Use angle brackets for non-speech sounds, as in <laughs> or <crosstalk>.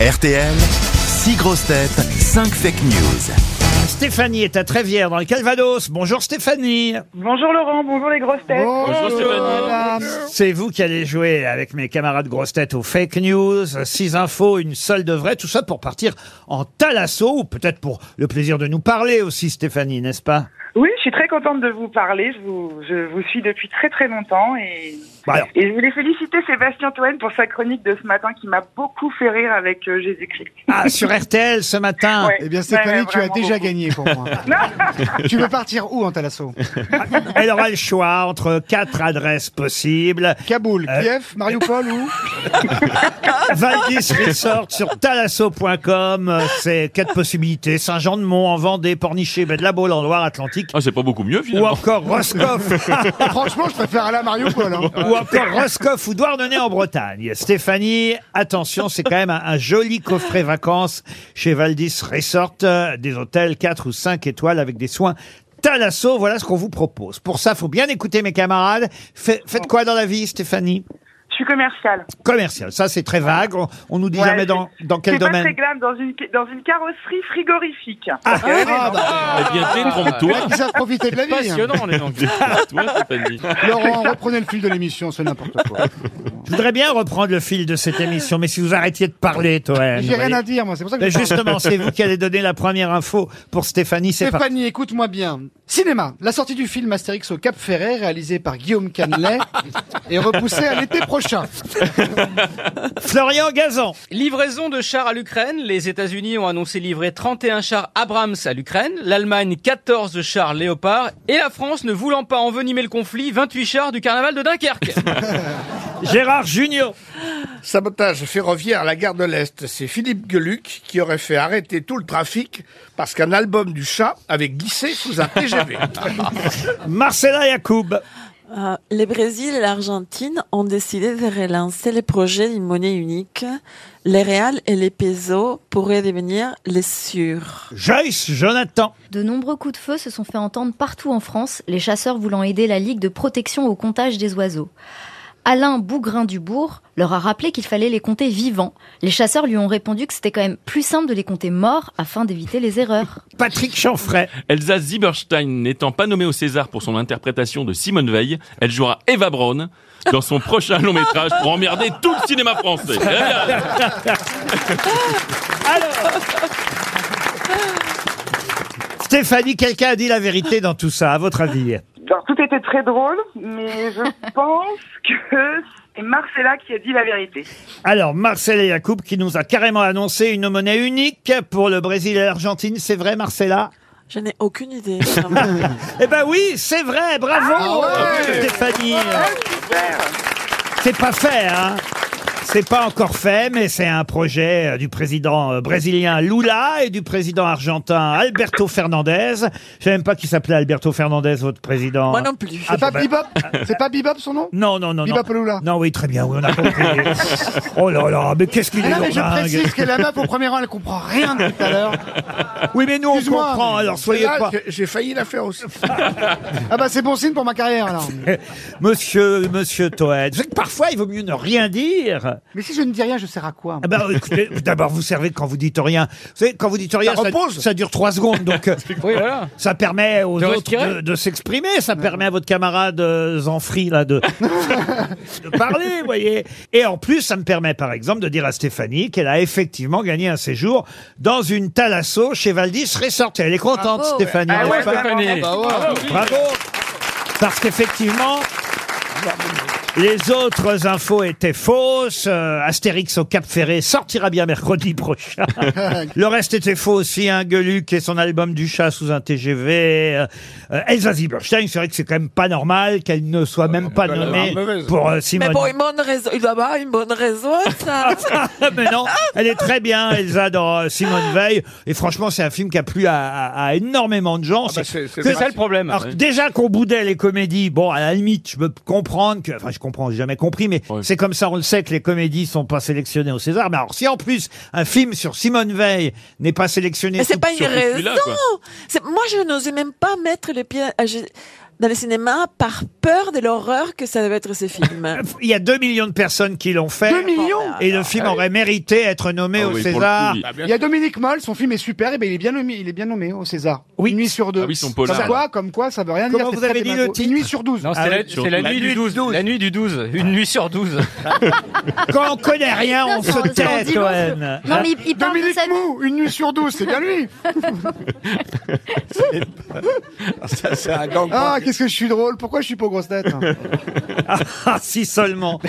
RTL, 6 grosses têtes, 5 fake news. Stéphanie est à Trévière, dans le Calvados. Bonjour Stéphanie. Bonjour Laurent, bonjour les grosses têtes. C'est vous qui allez jouer avec mes camarades grosses têtes aux fake news. Six infos, une seule de vraie. Tout ça pour partir en talasso, ou peut-être pour le plaisir de nous parler aussi, Stéphanie, n'est-ce pas Oui, je suis très contente de vous parler. Je vous, je vous suis depuis très très longtemps et, Bah alors. et je voulais féliciter Sébastien Toen pour sa chronique de ce matin qui m'a beaucoup fait rire avec euh, Jésus-Christ. Ah, sur RTL ce matin. <laughs> Ouais. Eh bien, Stéphanie, Ouais, tu as vraiment déjà beaucoup. gagné <laughs> pour moi. <laughs> tu veux partir où en Talasso Elle aura le choix entre quatre adresses possibles. Kaboul, Euh. Kiev, Mariupol <laughs> ou Valdis Resort sur talasso.com. euh, C'est quatre possibilités. Saint-Jean-de-Mont en Vendée, Pornichet, Bedlabol en Loire-Atlantique. Ah, c'est pas beaucoup mieux Ou finalement. encore Roscoff, Franchement, je préfère aller à <laughs> Mariupol. hein. ou encore Roscoff ou Douarnenez en Bretagne. Stéphanie, attention, c'est quand même un, un joli coffret vacances chez Valdis Resort, euh, des hôtels 4 ou 5 étoiles avec des soins Talasso. Voilà ce qu'on vous propose. Pour ça, faut bien écouter mes camarades. Fait- faites quoi dans la vie, Stéphanie Je suis commerciale. Commercial. Ça, c'est très vague. On, on nous dit Ouais, jamais c'est- dans, dans quel C'est pas très domaine. glam dans une, dans une carrosserie frigorifique. Ah, bah, Eh bien, bah. détrompe-toi. <laughs> ils savent profiter de la vie. hein. Passionnant, les langues. Détrompe-toi, Stéphanie. Laurent, reprenez le fil de l'émission, c'est <laughs> n'importe quoi. Je voudrais bien reprendre le fil de cette émission, mais si vous arrêtiez de parler, Toen. J'ai rien voyez. à dire, moi. C'est pour ça que Ben je parle. justement, c'est vous qui allez donner la première info pour Stéphanie. C'est parti. Stéphanie, écoute-moi bien. Cinéma. La sortie du film Astérix au Cap Ferret, réalisé par Guillaume <laughs> Canelet, est repoussée à l'été prochain. Florian Gazan. Livraison de chars à l'Ukraine. Les États-Unis ont annoncé livrer 31 chars Abrams à l'Ukraine, l'Allemagne 14 chars Léopard et la France ne voulant pas envenimer le conflit, 28 chars du carnaval de Dunkerque. Gérard Junior. Sabotage ferroviaire à la gare de l'Est. C'est Philippe Gueluc qui aurait fait arrêter tout le trafic parce qu'un album du chat avait glissé sous un TGV. Marcella Yacoub. Euh, le Brésil et l'Argentine ont décidé de relancer le projet d'une monnaie unique. Les réals et les pesos pourraient devenir les sûrs. Joyce Jonathan. De nombreux coups de feu se sont fait entendre partout en France, les chasseurs voulant aider la Ligue de protection au comptage des oiseaux. Alain Bougrain Dubourg leur a rappelé qu'il fallait les compter vivants. Les chasseurs lui ont répondu que c'était quand même plus simple de les compter morts afin d'éviter les erreurs. Patrick Chanfray. Elsa Zieberstein n'étant pas nommée au César pour son interprétation de Simone Veil, elle jouera Eva Braun dans son prochain long métrage pour emmerder tout le cinéma français. Eh bien, Alors. Stéphanie, quelqu'un a dit la vérité dans tout ça, à votre avis Alors, tout était très drôle, <laughs> mais je pense que c'est Marcella qui a dit la vérité. Alors, Marcella Yacoub qui nous a carrément annoncé une monnaie unique pour le Brésil et l'Argentine. C'est vrai, Marcella Je n'ai aucune idée. vraiment. Eh ben oui, c'est vrai, bravo Stéphanie C'est pas fait, hein c'est pas encore fait, mais c'est un projet euh, du président euh, brésilien Lula et du président argentin Alberto Fernandez. Je sais même pas qui s'appelait Alberto Fernandez, votre président. Moi non plus. Ah, C'est pas bah. Bibop C'est pas Bibop son nom non, non, non. non. Viva Palula. Non, oui, très bien, oui, on a <laughs> compris. oh là là, mais qu'est-ce qu'il Ah est non, mais je lourdingue. précise que la meuf au premier rang, elle comprend rien depuis tout à l'heure. Oui, mais nous, on Excuse-moi, comprend, mais- alors soyez Là, pas... j'ai- J'ai failli la faire aussi. <laughs> Ah bah c'est bon signe pour ma carrière alors. Monsieur, monsieur Toed, vous savez que parfois, il vaut mieux ne rien dire. Mais si je ne dis rien, je sers à quoi Ah ben, écoutez, <laughs> d'abord, vous servez quand vous dites rien. Vous savez, quand vous dites rien, Ça ça, repose. ça dure trois secondes, donc... euh, oui, voilà. Ça permet aux De autres respirer. de, de s'exprimer, ça permet à votre camarade euh, Zanfri là de, de parler, vous voyez. Et en plus, ça me permet par exemple de dire à Stéphanie qu'elle a effectivement gagné un séjour dans une thalasso chez Valdis Resort. Et Elle est contente, Bravo. Stéphanie. Ah n'est-ce ouais, pas vraiment, connais. Bah ouais. Bravo. Parce qu'effectivement. Les autres infos étaient fausses. Euh, Astérix au Cap Ferré sortira bien <laughs> mercredi prochain. Le reste était faux aussi. Hein, Gueluc et son album du chat sous un TGV. Euh, euh, Elsa Zieberstein, c'est vrai que c'est quand même pas normal qu'elle ne soit même pas elle a nommée l'air mauvaise. pour euh, Simone. <laughs> Mais pour une bonne raison, il doit avoir une bonne raison, ça. Ah, Mais non, elle est très bien, Elsa, dans euh, Simone Veil. Et franchement, c'est un film qui a plu à, à- à énormément de gens. bah, C'est- c'est- c'est que- vrai. C'est ça le Ah problème. alors déjà qu'on boudait les comédies, bon à la limite je peux comprendre que, enfin je comprends, j'ai jamais compris, mais Ouais. c'est comme ça on le sait que les comédies sont pas sélectionnées au César. Mais alors si en plus un film sur Simone Veil n'est pas sélectionné, Mais c'est pas une surtout celui-là, raison. C'est- Moi, je n'osais même pas mettre les pieds. à- je- dans les cinémas par peur de l'horreur que ça devait être ces films. Il y a 2 millions de personnes qui l'ont fait. 2 millions Et le film aurait mérité d'être nommé Ah au oui, pour le César. coup, oui. Il y a Dominique Moll, son film est super, et ben il est bien nommé, il est bien nommé au César. Oui. Une nuit sur deux. Ah oui, son comme polar. quoi, comme quoi, ça veut rien Comment dire. c'est vous avez très dit démago. le titre Une nuit sur douze. Non, Ah c'est la, oui, c'est la nuit du 12. La nuit du 12. Une nuit sur 12. Quand on connaît rien, <laughs> on Ça, se ça en tête, dit long Toen. Non, mais il, il parle de Dominique sa vie. Mou, une nuit sur douze, c'est bien <laughs> lui. C'est un gang. Ah, qu'est-ce que je hein suis drôle. Pourquoi je suis pas aux grosses têtes Ah, si seulement.